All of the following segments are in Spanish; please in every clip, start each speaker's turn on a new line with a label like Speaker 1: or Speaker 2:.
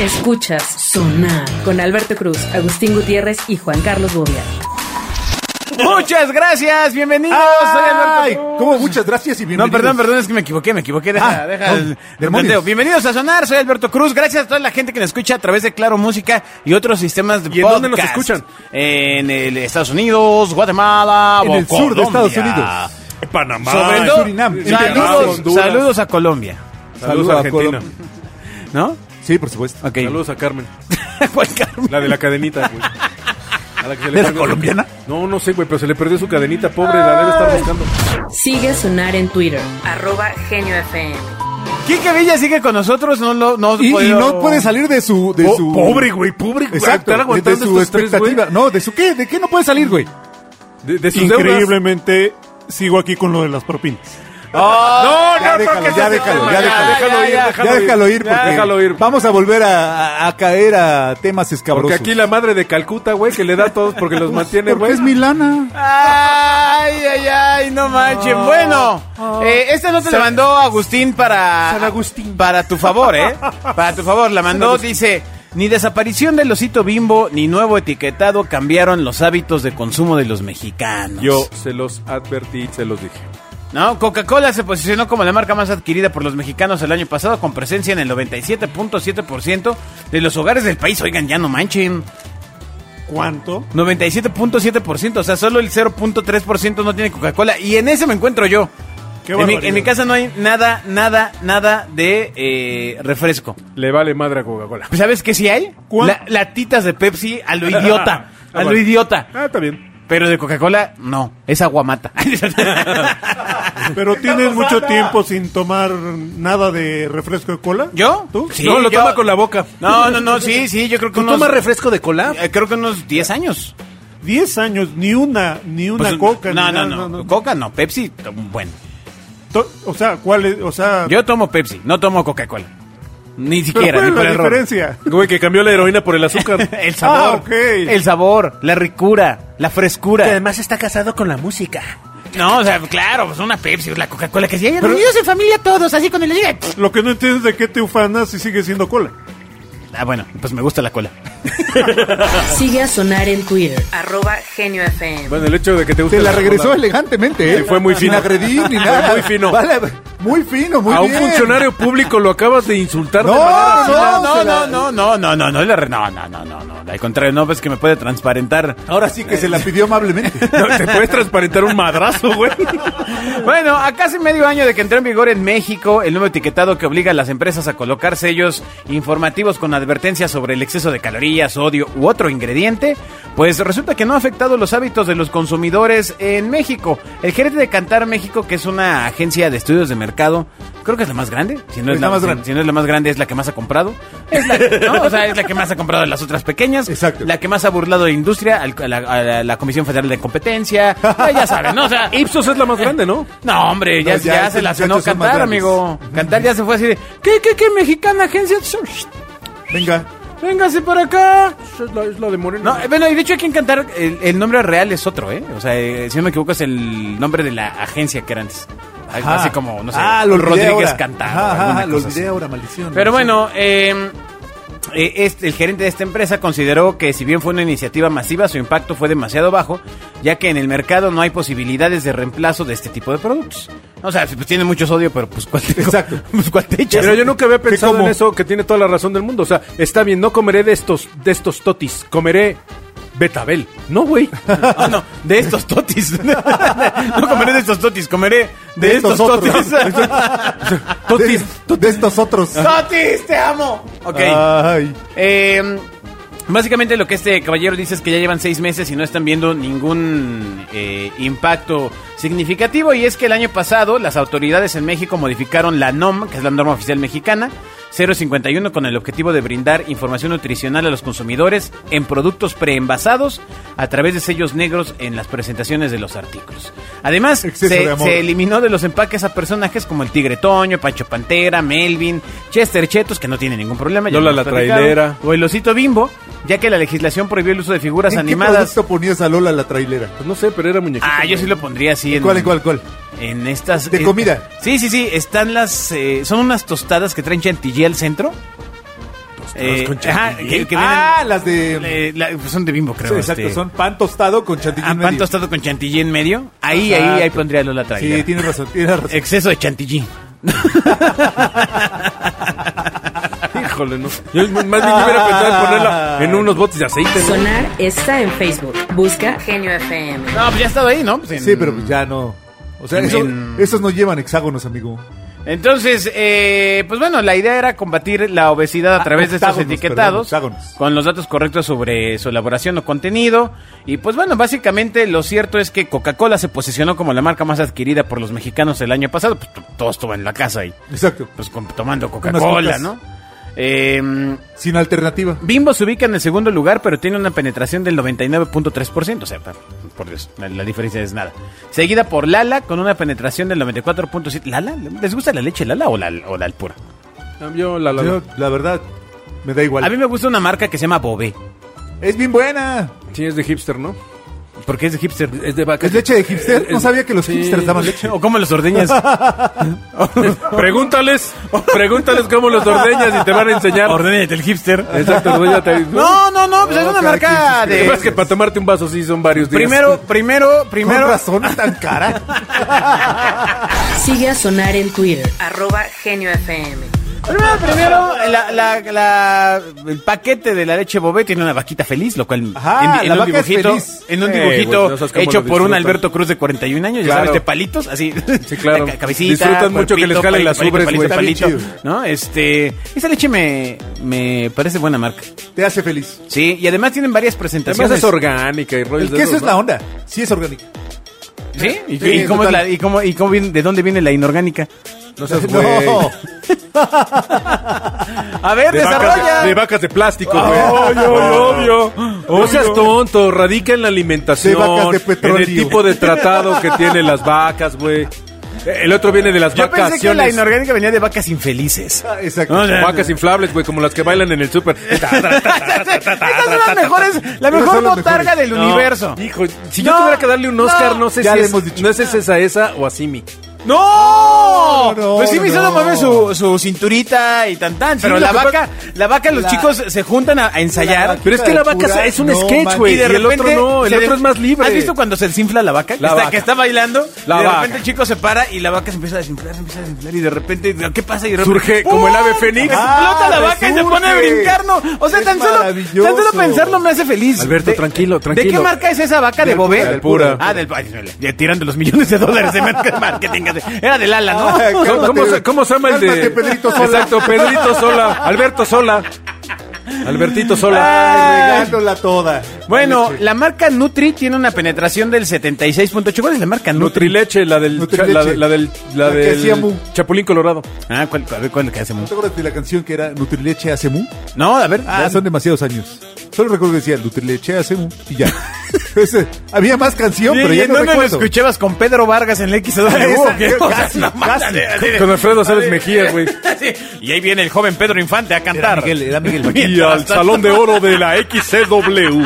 Speaker 1: Escuchas Sonar con Alberto Cruz, Agustín Gutiérrez y Juan Carlos Bobia.
Speaker 2: Muchas gracias, bienvenidos. soy
Speaker 3: Ay,
Speaker 2: Alberto Cruz.
Speaker 3: ¿Cómo? Ah, Muchas gracias y
Speaker 2: No,
Speaker 3: bienvenidos.
Speaker 2: perdón, perdón, es que me equivoqué, me equivoqué. Deja,
Speaker 3: Ah,
Speaker 2: deja
Speaker 3: oh,
Speaker 2: el- el
Speaker 3: demonios.
Speaker 2: planteo. Bienvenidos a Sonar, soy Alberto Cruz. Gracias a toda la gente que nos escucha a través de Claro Música y otros sistemas de
Speaker 3: ¿Y en
Speaker 2: podcast.
Speaker 3: dónde nos escuchan?
Speaker 2: En el Estados Unidos, Guatemala,
Speaker 3: En el
Speaker 2: o
Speaker 3: sur de
Speaker 2: Colombia.
Speaker 3: Estados Unidos. Ah,
Speaker 4: Panamá.
Speaker 2: Sobre todo,
Speaker 3: Surinam, Nicaragua,
Speaker 2: saludos,
Speaker 4: Honduras.
Speaker 2: saludos a Colombia,
Speaker 3: Saludos
Speaker 4: Saludos
Speaker 3: a
Speaker 4: a Argentina.
Speaker 3: Colombia.
Speaker 2: ¿no?
Speaker 3: Sí, por supuesto.
Speaker 2: Ok.
Speaker 4: Saludos a Carmen.
Speaker 2: Juan Carlos.
Speaker 4: La de la cadenita, güey. A la que se
Speaker 3: ¿Era
Speaker 4: perdió.
Speaker 3: colombiana?
Speaker 4: No, no sé, güey, pero se le perdió su cadenita, pobre, la debe estar buscando.
Speaker 1: Sigue Sonar en Twitter, arroba Genio FM.
Speaker 2: Quique Villa sigue con nosotros, no lo no
Speaker 3: Y, y
Speaker 2: puedo-
Speaker 3: no puede salir de su... De
Speaker 4: Po-
Speaker 3: su...
Speaker 4: pobre, güey, pobre, güey.
Speaker 3: Exacto,
Speaker 4: Estar
Speaker 3: de,
Speaker 4: aguantando
Speaker 3: su
Speaker 4: estos tres,
Speaker 3: expectativa. no, ¿de su qué? ¿De qué no puede salir, güey?
Speaker 4: De, de sus deudas.
Speaker 5: Increíblemente sigo aquí con lo de las propinas.
Speaker 4: No,
Speaker 3: Ya
Speaker 4: no,
Speaker 3: déjalo,
Speaker 4: porque
Speaker 3: ya
Speaker 4: ese
Speaker 3: déjalo,
Speaker 4: tema,
Speaker 3: ya déjalo.
Speaker 4: déjalo ir,
Speaker 2: Ya,
Speaker 3: ya déjalo ir, porque
Speaker 4: déjalo ir.
Speaker 3: vamos a volver a, a- a caer a temas escabrosos.
Speaker 4: Porque aquí la madre de Calcuta, güey, que le da a todos porque los mantiene,
Speaker 3: Porque
Speaker 4: güey.
Speaker 3: es Milana.
Speaker 2: Ay, ay, ay, no manchen. Bueno, eh, esta no te la mandó Agustín para.
Speaker 4: San Agustín.
Speaker 2: Para tu favor, ¿eh? Para tu favor, la mandó, dice. Ni desaparición del osito bimbo ni nuevo etiquetado cambiaron los hábitos de consumo de los mexicanos.
Speaker 4: Yo se los advertí, se los dije.
Speaker 2: No, Coca-Cola se posicionó como la marca más adquirida por los mexicanos el año pasado con presencia en el 97.7% de los hogares del país. Oigan, ya no manchen.
Speaker 5: ¿Cuánto?
Speaker 2: 97.7%, o sea, solo el 0.3% no tiene Coca-Cola. Y en ese me encuentro yo.
Speaker 5: Qué
Speaker 2: en, mi,
Speaker 5: barbaridad.
Speaker 2: en mi casa no hay nada, nada, nada de eh, refresco.
Speaker 4: Le vale madre a Coca-Cola.
Speaker 2: Pues, ¿Sabes qué sí hay?
Speaker 5: ¿Cuál?
Speaker 2: La- latitas de Pepsi a lo idiota. a
Speaker 4: Ah,
Speaker 2: lo
Speaker 4: bueno.
Speaker 2: idiota.
Speaker 4: Ah, está bien.
Speaker 2: Pero de Coca-Cola, no. Es aguamata.
Speaker 5: Pero tienes mucho tiempo sin tomar nada de refresco de cola.
Speaker 2: ¿Yo?
Speaker 5: ¿Tú?
Speaker 2: Sí,
Speaker 4: no, lo
Speaker 2: yo-
Speaker 4: toma con la boca.
Speaker 2: No, no, no, sí, sí, yo creo que
Speaker 4: ¿Tú
Speaker 2: unos...
Speaker 4: tomas refresco de cola?
Speaker 2: eh, creo que unos 10 años.
Speaker 5: Diez años, ni una, ni una
Speaker 2: Pues,
Speaker 5: coca.
Speaker 2: No,
Speaker 5: ni
Speaker 2: no,
Speaker 5: nada,
Speaker 2: no, Coca no, Pepsi, bueno.
Speaker 5: To- O sea, ¿cuál es? O sea,
Speaker 2: Yo tomo Pepsi, no tomo Coca-Cola. Ni
Speaker 5: ¿pero
Speaker 2: siquiera,
Speaker 5: cuál es
Speaker 2: ni por
Speaker 5: la
Speaker 2: error.
Speaker 5: diferencia?
Speaker 4: Güey, que cambió la heroína por el azúcar.
Speaker 2: El sabor.
Speaker 5: Ah, ok.
Speaker 2: El sabor, la ricura, la frescura.
Speaker 4: está casado con la música.
Speaker 2: No, o sea, claro, pues una Pepsi, la Coca-Cola que sí. Pero... Reunidos en familia todos, así con el
Speaker 5: Lo que no entiendes de qué te ufanas si sigue siendo cola.
Speaker 2: Ah, bueno, pues me gusta la cola.
Speaker 1: Sigue a Sonar en Twitter, arroba Genio FM.
Speaker 4: Bueno, el hecho de que te guste
Speaker 3: Te la regresó
Speaker 4: cola-
Speaker 3: elegantemente, ¿eh?
Speaker 4: Sí, fue muy
Speaker 3: Sin
Speaker 4: fino.
Speaker 3: agredir ni
Speaker 4: Fue
Speaker 3: nada.
Speaker 4: muy fino.
Speaker 3: Vale, muy fino, muy
Speaker 4: a un
Speaker 3: bien.
Speaker 4: funcionario público lo acabas de insultar. de
Speaker 3: No,
Speaker 4: manera-
Speaker 3: no,
Speaker 2: No, no, no,
Speaker 3: se la-
Speaker 2: no, no, no, no, no, la re- no, no, no, no, no, al contrario, no, pues que me puede transparentar.
Speaker 3: Ahora sí que se la pidió amablemente.
Speaker 4: No, Te puedes transparentar un madrazo, güey.
Speaker 2: Bueno, a casi medio año de que entró en vigor en México el nuevo etiquetado que obliga a las empresas a colocar sellos informativos con advertencias sobre el exceso de calorías, sodio u otro ingrediente, pues resulta que no ha afectado los hábitos de los consumidores en México. El gerente de Cantar México, que es una agencia de estudios de mercado, creo que es la más grande, si no es,
Speaker 3: Es
Speaker 2: la,
Speaker 3: la más
Speaker 2: si-
Speaker 3: grande.
Speaker 2: si no es la más grande, es la que más ha comprado. Es la, ¿no? O sea, es la que más ha comprado de las otras pequeñas.
Speaker 3: Exacto.
Speaker 2: La que más ha burlado de industria, al- a la, a la- la Comisión Federal de Competencia. Ya saben, ¿no? O sea,
Speaker 4: Ipsos es la más grande, ¿no?
Speaker 2: no, hombre, ya,
Speaker 3: No, ya,
Speaker 2: ya
Speaker 3: estos
Speaker 2: se la cenó
Speaker 3: muchachos son más
Speaker 2: cantar,
Speaker 3: grandes.
Speaker 2: amigo. Cantar ya se fue así de, ¿qué, qué, qué, mexicana agencia? Shh,
Speaker 3: Venga.
Speaker 2: Véngase para acá.
Speaker 4: Es la, es la de Moreno.
Speaker 2: No, eh, bueno, y de hecho aquí en Cantar el, el nombre real es otro, ¿eh? O sea, eh, si no me equivoco es el nombre de la agencia que era antes. Algo Así como, no sé,
Speaker 3: Ah, lo olvidé
Speaker 2: Rodríguez
Speaker 3: ahora.
Speaker 2: Cantar.
Speaker 3: Ajá,
Speaker 2: o
Speaker 3: ajá,
Speaker 2: alguna
Speaker 3: lo
Speaker 2: cosa así.
Speaker 3: olvidé ahora, maldición.
Speaker 2: Pero
Speaker 3: maldición.
Speaker 2: bueno, eh, eh, este- el gerente de esta empresa consideró que si bien fue una iniciativa masiva, su impacto fue demasiado bajo, ya que en el mercado no hay posibilidades de reemplazo de este tipo de productos. O sea, pues tiene mucho sodio, pero pues cuál te,
Speaker 3: Exacto.
Speaker 2: pues, ¿cuál te echas?
Speaker 4: Pero yo nunca había pensado en
Speaker 3: como-
Speaker 4: eso, que tiene toda la razón del mundo. O sea, está bien, no comeré de estos, de estos totis, comeré betabel. Pues No, güey.
Speaker 2: Ah, no, de estos totis. no comeré de estos totis, comeré de,
Speaker 3: De
Speaker 2: estos,
Speaker 3: estos
Speaker 2: totis.
Speaker 3: De, de estos otros.
Speaker 2: ¡Totis, te amo! Ah, Ok.
Speaker 3: Ah. Ay.
Speaker 2: Eh, básicamente lo que este caballero dice es que ya llevan seis meses y no están viendo ningún eh, impacto significativo y es que el año pasado las autoridades en México modificaron la NOM, que es la norma oficial mexicana, 051 con el objetivo de brindar información nutricional a los consumidores en productos preenvasados a través de sellos negros en las presentaciones de los artículos. Además,
Speaker 3: Exceso
Speaker 2: se-
Speaker 3: de amor.
Speaker 2: se eliminó de los empaques a personajes como el Tigre Toño, Pancho Pantera, Melvin, Chester Chetos, que no tiene ningún problema. ya
Speaker 4: Lola
Speaker 2: lo hemos
Speaker 4: la
Speaker 2: platicado,
Speaker 4: trailera.
Speaker 2: O el osito bimbo, ya que la legislación prohibió el uso de figuras
Speaker 3: ¿En qué
Speaker 2: animadas.
Speaker 3: producto ponías a Lola la trailera?
Speaker 4: Pues no sé, pero era muñequito.
Speaker 2: Ah, yo sí
Speaker 4: güey.
Speaker 2: lo pondría así. En,
Speaker 3: ¿Cuál, en cuál, cuál?
Speaker 2: En estas.
Speaker 3: De
Speaker 2: en-
Speaker 3: comida.
Speaker 2: Sí, sí, sí. Están las. eh, son unas tostadas que traen chantilly al centro. Eh,
Speaker 4: con
Speaker 2: ajá,
Speaker 4: chantilly.
Speaker 2: que- que
Speaker 3: ah,
Speaker 2: vienen-
Speaker 3: las de...
Speaker 2: eh, la- pues son de bimbo, creo.
Speaker 3: Sí, exacto,
Speaker 2: este.
Speaker 3: son pan tostado con chantilly
Speaker 2: Ah,
Speaker 3: en
Speaker 2: pan
Speaker 3: medio.
Speaker 2: tostado con chantilly en medio. Ahí, ahí, ahí
Speaker 3: Exacto.
Speaker 2: pondría Lola Trailer.
Speaker 3: Sí, tienes razón, tienes razón.
Speaker 2: Exceso de chantilly.
Speaker 4: Híjole, no. Ah. Yo más bien hubiera pensado en ponerla en unos botes de aceite. ¿no?
Speaker 1: Sonar está en Facebook. Busca Genio FM.
Speaker 2: No, pues ya ha estado ahí, ¿no? Pues en-
Speaker 3: Sí, pero pues ya no. O sea,
Speaker 2: En-
Speaker 3: eso-
Speaker 2: en-
Speaker 3: esos no llevan hexágonos, amigo.
Speaker 2: Entonces, eh, pues bueno, la idea era combatir la obesidad a
Speaker 3: Ah,
Speaker 2: través de estos
Speaker 3: octágonos,
Speaker 2: etiquetados
Speaker 3: perdón, octágonos.
Speaker 2: con los datos correctos sobre su elaboración o contenido. Y pues bueno, básicamente lo cierto es que Coca-Cola se posicionó como la marca más adquirida por los mexicanos el año pasado. Pues, t- todos toman en la casa y
Speaker 3: Exacto.
Speaker 2: pues com- tomando
Speaker 3: Unas
Speaker 2: Coca-Cola,
Speaker 3: cocas.
Speaker 2: ¿no? Eh,
Speaker 3: Sin alternativa.
Speaker 2: Bimbo se ubica en el segundo lugar, pero tiene una penetración del 99.3%. O sea, pa- por Dios, la, la diferencia es nada. Seguida por Lala con una penetración del 94.7%. ¿Lala? ¿Les gusta la leche Lala o la, o la alpura?
Speaker 4: Yo, la, la, la.
Speaker 3: Yo, la verdad, me da igual.
Speaker 2: A mí me gusta una marca que se llama Bobé,
Speaker 3: Es bien buena.
Speaker 4: Sí, es de hipster, ¿no?
Speaker 2: porque es de hipster. eh,
Speaker 4: Es de vaca. Eh,
Speaker 3: ¿Es leche de hipster? No sabía que los hipsters daban leche.
Speaker 2: ¿O cómo los ordeñas?
Speaker 4: Pregúntales, pregúntales cómo los ordeñas y te van a enseñar.
Speaker 2: Ordeñate el hipster.
Speaker 4: Exacto, ordeñate.
Speaker 2: No, no, no, pues es una
Speaker 3: cada
Speaker 2: marca
Speaker 3: quien sus
Speaker 2: de...
Speaker 4: Es que para tomarte un vaso sí son varios días.
Speaker 2: Primero, primero, primero...
Speaker 3: Con razón es tan cara.
Speaker 1: Sigue a Sonar en Twitter. Arroba Genio FM.
Speaker 2: Primero, primero, la, la- la- el paquete de la leche Bobé tiene una vaquita feliz, lo cual
Speaker 3: Ajá,
Speaker 2: en, en
Speaker 3: la
Speaker 2: un
Speaker 3: vaca es
Speaker 2: dibujito,
Speaker 3: feliz.
Speaker 2: en un
Speaker 4: Sí,
Speaker 2: dibujito
Speaker 4: güey, no sabes cómo
Speaker 2: hecho
Speaker 4: lo
Speaker 2: por un
Speaker 4: disfrutas.
Speaker 2: Alberto Cruz de 41 años, ya
Speaker 4: Claro.
Speaker 2: sabes, de palitos, así.
Speaker 4: Sí, claro.
Speaker 2: ca- Cabecita,
Speaker 4: Disfrutan mucho que les jalen las ubres,
Speaker 2: palito,
Speaker 4: güey.
Speaker 2: palito,
Speaker 3: Está bien
Speaker 2: palito, ¿no? Este, esa leche me, me parece buena marca.
Speaker 3: Te hace feliz.
Speaker 2: Sí, y además tienen varias
Speaker 4: Además
Speaker 2: presentaciones.
Speaker 4: es orgánica y rollos
Speaker 3: El
Speaker 4: de
Speaker 3: queso es
Speaker 4: esos,
Speaker 3: la
Speaker 4: ¿no?
Speaker 3: onda. Sí es orgánico.
Speaker 2: ¿Sí? ¿Y,
Speaker 3: Sí,
Speaker 2: y cómo es
Speaker 3: total.
Speaker 2: la- y cómo- y cómo viene- de dónde viene la inorgánica?
Speaker 4: No seas güey.
Speaker 3: No.
Speaker 2: A ver,
Speaker 4: De
Speaker 2: desarrolla.
Speaker 4: vacas, de vacas de plástico, güey.
Speaker 5: Obvio,
Speaker 4: obvio, No seas tonto, radica en la alimentación.
Speaker 3: De vacas de
Speaker 4: En
Speaker 3: petróleo.
Speaker 4: el tipo de tratado que tienen las vacas, güey. El otro viene de las
Speaker 2: Yo pensé que la
Speaker 4: vacaciones.
Speaker 2: inorgánica venía de vacas infelices.
Speaker 3: Exacto.
Speaker 2: No, no,
Speaker 4: Vacas inflables, güey, como las que bailan en el súper.
Speaker 2: Estas son las mejores, la
Speaker 3: Esas
Speaker 2: mejor
Speaker 3: son las
Speaker 2: botarga
Speaker 3: mejores.
Speaker 2: del universo.
Speaker 4: Hijo, si
Speaker 2: No,
Speaker 4: yo tuviera que darle un Oscar, no,
Speaker 2: no.
Speaker 4: sé
Speaker 3: Ya
Speaker 4: si
Speaker 3: le
Speaker 4: es,
Speaker 3: hemos dicho.
Speaker 4: no sé si es a esa o a Simi.
Speaker 2: ¡No!
Speaker 3: No, no,
Speaker 2: pues sí, mi
Speaker 3: no.
Speaker 2: solo mueve su, su cinturita y tan tan. pero
Speaker 4: lo
Speaker 2: la
Speaker 4: que
Speaker 2: vaca, la vaca, los
Speaker 3: la-
Speaker 2: chicos se juntan a, a ensayar.
Speaker 3: vaca
Speaker 4: Pero es que la vaca
Speaker 3: pura,
Speaker 4: es un
Speaker 3: no,
Speaker 4: sketch,
Speaker 3: man.
Speaker 4: güey.
Speaker 3: Y
Speaker 4: Y,
Speaker 3: de
Speaker 4: el otro
Speaker 2: repente
Speaker 4: no, el
Speaker 2: se
Speaker 4: otro
Speaker 2: des-
Speaker 4: es más libre.
Speaker 2: ¿Has visto cuando se desinfla la vaca?
Speaker 4: La
Speaker 2: Está-
Speaker 4: vaca.
Speaker 2: Que está bailando.
Speaker 4: La
Speaker 2: y de
Speaker 4: vaca.
Speaker 2: repente el chico se para y la vaca se empieza a desinflar, se empieza a desinflar. Y de repente, ¿qué pasa? Y de repente,
Speaker 4: Surge como el ave fénix.
Speaker 2: Explota la
Speaker 3: Ah,
Speaker 2: vaca y se pone a
Speaker 3: resurge.
Speaker 2: brincar, ¿no? O sea,
Speaker 3: Es
Speaker 2: tan solo, tan
Speaker 3: maravilloso.
Speaker 2: solo pensarlo me hace feliz.
Speaker 4: Alberto,
Speaker 2: De-
Speaker 4: tranquilo,
Speaker 2: ¿De qué
Speaker 4: tranquilo.
Speaker 2: marca es esa vaca de
Speaker 3: Del
Speaker 2: Bobé?
Speaker 3: pura, del pura.
Speaker 2: Ah, del ay, ya tirando los millones de dólares de marca- marketing. Era del ala, ¿no?
Speaker 3: Ay,
Speaker 4: ¿Cómo, cómo se, cómo se llama el de...?
Speaker 3: Cálmate, Pedrito Sola.
Speaker 4: Exacto, Pedrito Sola. Alberto Sola. Albertito Sola.
Speaker 2: Ay.
Speaker 3: Regándola toda.
Speaker 2: Bueno,
Speaker 3: Leche.
Speaker 2: la marca Nutri tiene una penetración del 76.8. ¿Cuál es la marca Nutri?
Speaker 4: Nutrileche, la del...
Speaker 3: Nutrileche.
Speaker 4: La, de- la del... La
Speaker 3: La que
Speaker 4: del
Speaker 3: hacía Mu.
Speaker 4: Chapulín Colorado.
Speaker 2: Ah, ¿cuál, a ver, cuál que hace
Speaker 3: ¿No
Speaker 2: mucho?
Speaker 3: te acuerdas de la canción que era Nutrileche hace mu?
Speaker 2: No, a ver.
Speaker 3: Ah, son demasiados años. Solo recuerdo que decía Nutrileche hace mu y ya. Ese- había más canción,
Speaker 2: Oye,
Speaker 3: pero
Speaker 2: ¿y
Speaker 3: ya
Speaker 2: en
Speaker 3: no
Speaker 2: dónde lo
Speaker 3: recuerdo.
Speaker 2: escuchabas con Pedro Vargas en la XW?
Speaker 3: Esa,
Speaker 2: ¿o qué?
Speaker 3: yo
Speaker 2: O sea,
Speaker 3: casi,
Speaker 2: no mames,
Speaker 3: casi.
Speaker 2: así de-
Speaker 4: Con Alfredo
Speaker 2: así
Speaker 4: Sálvez
Speaker 2: de-
Speaker 4: Mejía, güey.
Speaker 2: Sí, Y ahí viene el joven Pedro Infante a cantar.
Speaker 3: Miguel, era Miguel.
Speaker 4: Y
Speaker 2: Mientras
Speaker 4: al
Speaker 2: tanto-
Speaker 4: Salón de Oro de la XCW.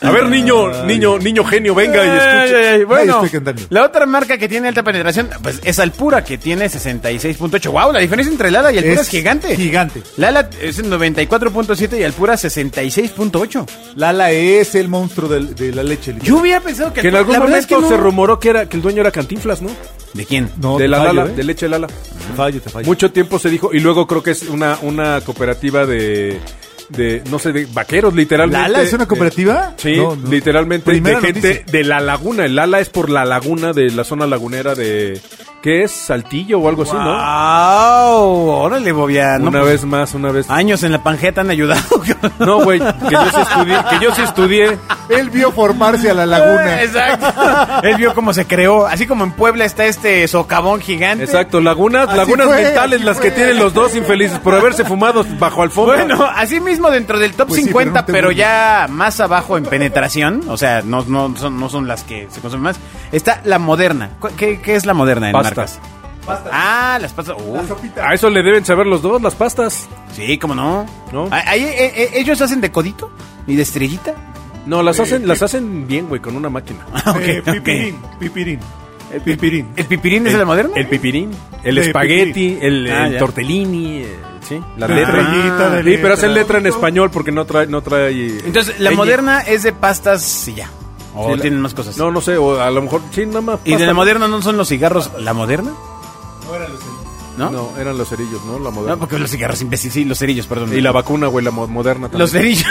Speaker 4: A ver, niño, niño, niño genio, venga y
Speaker 2: Ay,
Speaker 4: escuche.
Speaker 2: ay, ay, Bueno,
Speaker 3: Ahí estoy cantando.
Speaker 2: la otra marca que tiene alta penetración pues es Alpura, que tiene 66.8. ¡Wow! La diferencia entre Lala y Alpura es, gigante.
Speaker 3: Gigante.
Speaker 2: Lala es 94.7 y Alpura 66.8.
Speaker 3: Lala es el monstruo del- de, la leche. literal.
Speaker 2: Yo hubiera pensado que...
Speaker 4: Que en
Speaker 2: la
Speaker 4: algún
Speaker 2: verdad
Speaker 4: momento
Speaker 2: es que no.
Speaker 4: se rumoró que, era, que el dueño era Cantinflas, ¿no?
Speaker 2: ¿De quién?
Speaker 3: No,
Speaker 4: de
Speaker 3: te
Speaker 4: la
Speaker 3: fallo,
Speaker 4: Lala,
Speaker 3: ¿eh?
Speaker 4: de leche Lala.
Speaker 3: Te fallo, te fallo.
Speaker 4: Mucho tiempo se dijo, y luego creo que es una, una cooperativa de, de, no sé, de vaqueros, literalmente.
Speaker 3: ¿Lala es una cooperativa?
Speaker 4: Sí,
Speaker 3: No, no.
Speaker 4: literalmente
Speaker 3: Primera
Speaker 4: de gente
Speaker 3: noticia.
Speaker 4: de la laguna. El Lala es por la laguna de la zona lagunera de, ¿qué es? Saltillo o algo así, ¿no?
Speaker 2: ¡Wow! Órale, Bobián. Ah, No,
Speaker 4: una
Speaker 2: pues,
Speaker 4: vez más, una vez.
Speaker 2: Años en la panjeta han ayudado.
Speaker 4: No, güey, que yo sí estudié, que yo sí estudié.
Speaker 3: Él vio formarse a la laguna.
Speaker 2: Exacto. Él vio cómo se creó. Así como en Puebla está este socavón gigante.
Speaker 4: Exacto, lagunas,
Speaker 3: Así
Speaker 4: lagunas
Speaker 3: fue,
Speaker 4: mentales
Speaker 3: así
Speaker 4: las que
Speaker 3: fue.
Speaker 4: tienen los dos infelices por haberse fumado bajo alfombra.
Speaker 2: Bueno, así mismo dentro del top
Speaker 3: Pues sí,
Speaker 2: 50,
Speaker 3: pero no te
Speaker 2: pero,
Speaker 3: burles.
Speaker 2: ya más abajo en penetración, o sea, no, no, son, no son las que se consumen más, está la moderna. Cu- ¿Qué, qué es la moderna en
Speaker 4: Pastas.
Speaker 2: marcas? Ah, las pastas. Uy,
Speaker 3: La sopita.
Speaker 4: a eso le deben saber los dos, las pastas.
Speaker 2: sí, cómo no.
Speaker 4: ¿No?
Speaker 2: Ah, ahí, eh, eh, ¿Ellos hacen de codito y de estrellita?
Speaker 4: No, las hacen, las hacen bien, güey, con una máquina.
Speaker 2: Ah, ok,
Speaker 5: Eh,
Speaker 2: ok.
Speaker 5: pipirín, pipirín, pipirín.
Speaker 2: ¿El pipirín es la moderna?
Speaker 4: El pipirín, el
Speaker 5: De
Speaker 4: espagueti, el,
Speaker 2: Ah,
Speaker 4: el
Speaker 2: ya. Ah,
Speaker 4: tortellini, el- Sí, la
Speaker 5: De
Speaker 4: letra.
Speaker 5: estrellita, de
Speaker 4: sí, pero hacen
Speaker 5: letra.
Speaker 4: letra en español porque no trae... No trae eh,
Speaker 2: Entonces, la
Speaker 4: Ñ.
Speaker 2: moderna es de pastas y ya. O
Speaker 4: Sí, la-
Speaker 2: tienen más cosas.
Speaker 4: No, no sé, o a lo mejor... Sí, nada más.
Speaker 2: y de
Speaker 4: pasta.
Speaker 2: la moderna no son los cigarros. ¿La moderna? No,
Speaker 4: No, eran los cerillos, ¿no? La
Speaker 2: No,
Speaker 4: moderna.
Speaker 2: porque los cigarros imbéciles, sí, los cerillos, perdón.
Speaker 4: y la vacuna, güey, la mo- moderna también.
Speaker 2: Los cerillos.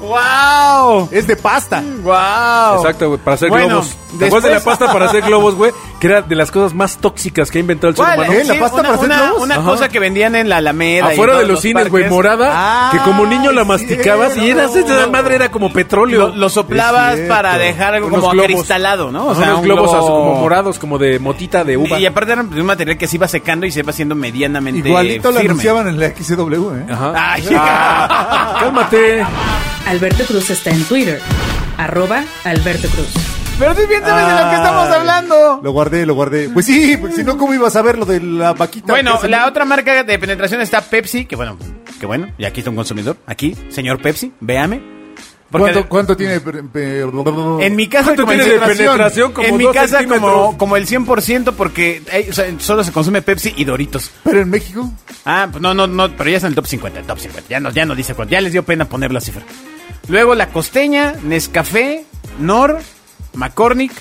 Speaker 2: ¡Wow!
Speaker 3: Es de pasta.
Speaker 2: Mm. ¡Wow!
Speaker 4: Exacto, güey, para hacer
Speaker 2: Bueno,
Speaker 4: globos. ¿Te acuerdas de la
Speaker 2: después-
Speaker 4: pasta para hacer globos, güey? Que era de las cosas más tóxicas que ha inventado el ser
Speaker 2: ¿Cuál?
Speaker 4: humano.
Speaker 3: ¿Eh? ¿La
Speaker 2: Sí,
Speaker 3: pasta
Speaker 2: una,
Speaker 3: para hacer
Speaker 2: una-
Speaker 3: globos?
Speaker 2: una
Speaker 4: Ajá.
Speaker 2: cosa que vendían en la Alameda. y en
Speaker 4: Afuera de
Speaker 2: todos
Speaker 4: los cines, güey,
Speaker 2: parques.
Speaker 4: morada,
Speaker 2: Ah,
Speaker 4: que como niño la masticabas y eras,
Speaker 3: cierto.
Speaker 4: esa madre era como petróleo.
Speaker 2: Lo, lo soplabas
Speaker 3: Es cierto.
Speaker 2: para dejar algo
Speaker 4: Unos
Speaker 2: como
Speaker 4: globos.
Speaker 2: cristalado, ¿no?
Speaker 4: o sea, unos
Speaker 2: un
Speaker 4: globos
Speaker 2: globo-
Speaker 4: así como morados, como de motita de uva.
Speaker 2: Y aparte era un material que se iba secando y se iba haciendo medianamente
Speaker 3: Igualito la
Speaker 2: firme.
Speaker 3: anunciaban en la XCW, ¿eh?
Speaker 4: Ajá.
Speaker 2: Ay,
Speaker 4: Ah, cálmate.
Speaker 1: Alberto Cruz está en Twitter. Arroba Alberto Cruz.
Speaker 2: Pero tú bien sabes de lo que estamos hablando.
Speaker 3: Lo guardé, lo guardé. Pues sí, porque si no, ¿cómo ibas a ver lo de la vaquita?
Speaker 2: Bueno,
Speaker 3: que se-
Speaker 2: la otra marca de penetración está Pepsi, que bueno, que bueno, y aquí está un consumidor. Aquí, señor Pepsi, véame. Porque
Speaker 3: ¿Cuánto, cuánto tiene? per- per-
Speaker 2: En mi casa
Speaker 4: ¿Cuánto tiene de penetración? Como
Speaker 2: en mi
Speaker 4: dos
Speaker 2: casa
Speaker 4: centímetros.
Speaker 2: como, como el 100% porque eh, o sea, solo se consume Pepsi y Doritos.
Speaker 3: ¿Pero en México?
Speaker 2: Ah, pues no, no, no, pero ya está en el top 50, el top 50. Ya no, ya no dice cuánto, ya les dio pena poner la cifra. Luego la costeña, Nescafé, Nor, McCormick.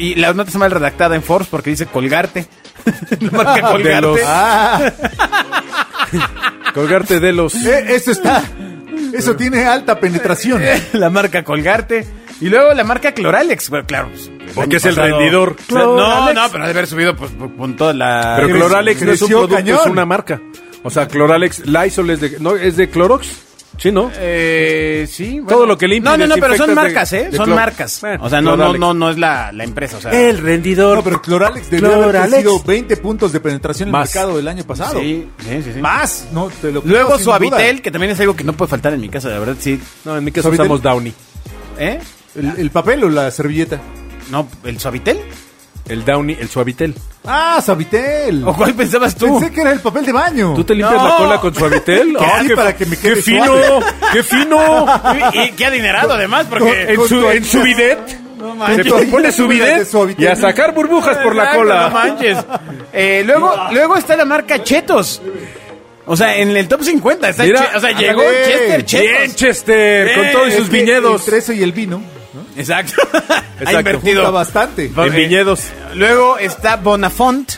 Speaker 2: Y la nota está mal redactada en Forbes porque dice colgarte. La marca colgarte.
Speaker 4: De los- Colgarte de los.
Speaker 3: Eh, eso está. Eso tiene alta penetración.
Speaker 2: la marca colgarte. Y luego la marca Cloralex. Bueno, claro. pues, el
Speaker 4: Porque
Speaker 2: año
Speaker 4: es el rendidor.
Speaker 2: O sea, no,
Speaker 4: Cloralex.
Speaker 2: no, pero ha de haber subido pues, por- con toda la.
Speaker 4: Pero
Speaker 3: Creció-
Speaker 4: Cloralex no es un
Speaker 3: creció
Speaker 4: producto,
Speaker 3: cañón.
Speaker 4: es una marca. O sea, Cloralex, Lysol es de. No, es de Clorox. Sí, ¿no?
Speaker 2: Eh, sí. bueno.
Speaker 4: Todo lo que limpia
Speaker 2: No,
Speaker 4: y
Speaker 2: no, no, pero son
Speaker 4: desinfectas de-
Speaker 2: marcas, ¿eh?
Speaker 4: de
Speaker 2: Son
Speaker 4: cloro.
Speaker 2: marcas.
Speaker 4: Bueno,
Speaker 2: o sea, no, no,
Speaker 4: Cloralex.
Speaker 2: no, no es la, la empresa. O sea,
Speaker 4: rendidor.
Speaker 3: No, pero Cloralex debió haber
Speaker 4: Cloralex.
Speaker 3: sido 20 puntos de penetración en el
Speaker 4: Más.
Speaker 3: mercado del año pasado.
Speaker 2: Sí, sí, sí. sí.
Speaker 3: Más. No, te lo
Speaker 2: Luego
Speaker 3: creo, sin
Speaker 2: Suavitel,
Speaker 3: duda.
Speaker 2: que también es algo que no puede faltar en mi casa, la verdad, sí.
Speaker 4: No, en mi caso
Speaker 3: Suavitel.
Speaker 4: usamos Downy.
Speaker 2: ¿Eh?
Speaker 3: ¿El, el papel o la servilleta?
Speaker 2: No, ¿el Suavitel?
Speaker 4: El Downy, el Suavitel.
Speaker 3: Ah, Suavitel.
Speaker 2: ¿O cuál pensabas tú?
Speaker 3: Pensé que era el papel de baño.
Speaker 4: ¿Tú te limpias
Speaker 2: No.
Speaker 4: la cola con Suavitel?
Speaker 3: Que
Speaker 4: Ah,
Speaker 3: así para que me quede
Speaker 4: ¡Qué fino!
Speaker 3: suave.
Speaker 4: ¡Qué fino!
Speaker 2: y, y qué adinerado, además, porque.
Speaker 4: En su, en su bidet. Se
Speaker 3: manches.
Speaker 4: pone su
Speaker 3: De
Speaker 4: bidet
Speaker 3: Suavitel.
Speaker 4: y a sacar burbujas por la
Speaker 2: Exacto,
Speaker 4: cola.
Speaker 2: No manches. Eh, luego, luego está la marca Chetos. O sea, en el top 50 está
Speaker 4: Mira,
Speaker 2: Che- O sea,
Speaker 4: ándale.
Speaker 2: llegó Chester Chetos.
Speaker 4: Bien, Chester, con
Speaker 2: Eh,
Speaker 4: todos
Speaker 3: Es
Speaker 4: sus
Speaker 3: que
Speaker 4: viñedos.
Speaker 3: Entre eso y el vino. ¿no?
Speaker 2: Exacto. Ha
Speaker 4: Exacto.
Speaker 3: Junta
Speaker 2: invertido.
Speaker 3: bastante.
Speaker 4: En viñedos.
Speaker 2: Luego está Bonafont.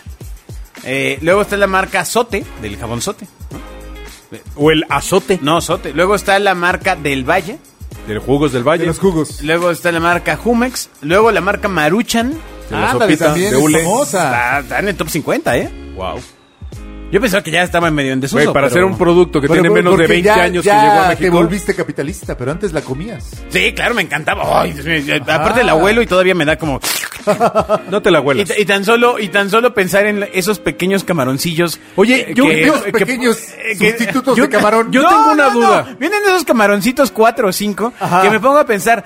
Speaker 2: Eh, luego está la marca Sote, del jabón Sote.
Speaker 4: O el azote
Speaker 2: No, Sote. Luego está la marca Del Valle.
Speaker 4: de los jugos del
Speaker 3: De
Speaker 4: valle.
Speaker 3: los jugos.
Speaker 2: Luego está la marca Jumex. Luego la marca Maruchan.
Speaker 4: De la
Speaker 3: Ándale,
Speaker 4: sopita
Speaker 3: también
Speaker 4: de
Speaker 3: es
Speaker 4: hule.
Speaker 3: famosa.
Speaker 2: Está, está en el top 50, ¿eh?
Speaker 4: Wow.
Speaker 2: Yo pensaba que ya estaba en medio en desuso.
Speaker 4: Güey,
Speaker 2: pero-
Speaker 4: para hacer un producto que
Speaker 3: Pero
Speaker 4: tiene
Speaker 3: por-
Speaker 4: menos de
Speaker 3: porque
Speaker 4: 20
Speaker 3: ya-
Speaker 4: años
Speaker 3: ya
Speaker 4: que llegó a
Speaker 3: te
Speaker 4: México.
Speaker 3: volviste capitalista, pero antes la comías.
Speaker 2: Sí, claro, me encantaba. Ay, Dios mío, Aparte el abuelo y todavía me da como...
Speaker 4: No te la
Speaker 2: Y,
Speaker 4: huelas.
Speaker 2: y tan solo y tan solo pensar en esos pequeños camaroncillos. eh,
Speaker 4: Oye, yo-
Speaker 2: que-
Speaker 3: Unos
Speaker 2: que-
Speaker 3: pequeños
Speaker 2: eh, que-
Speaker 3: sustitutos
Speaker 4: yo-
Speaker 3: de camarón.
Speaker 4: yo- tengo una duda.
Speaker 2: Vienen esos camaroncitos cuatro o cinco
Speaker 3: Ajá.
Speaker 2: que me pongo a pensar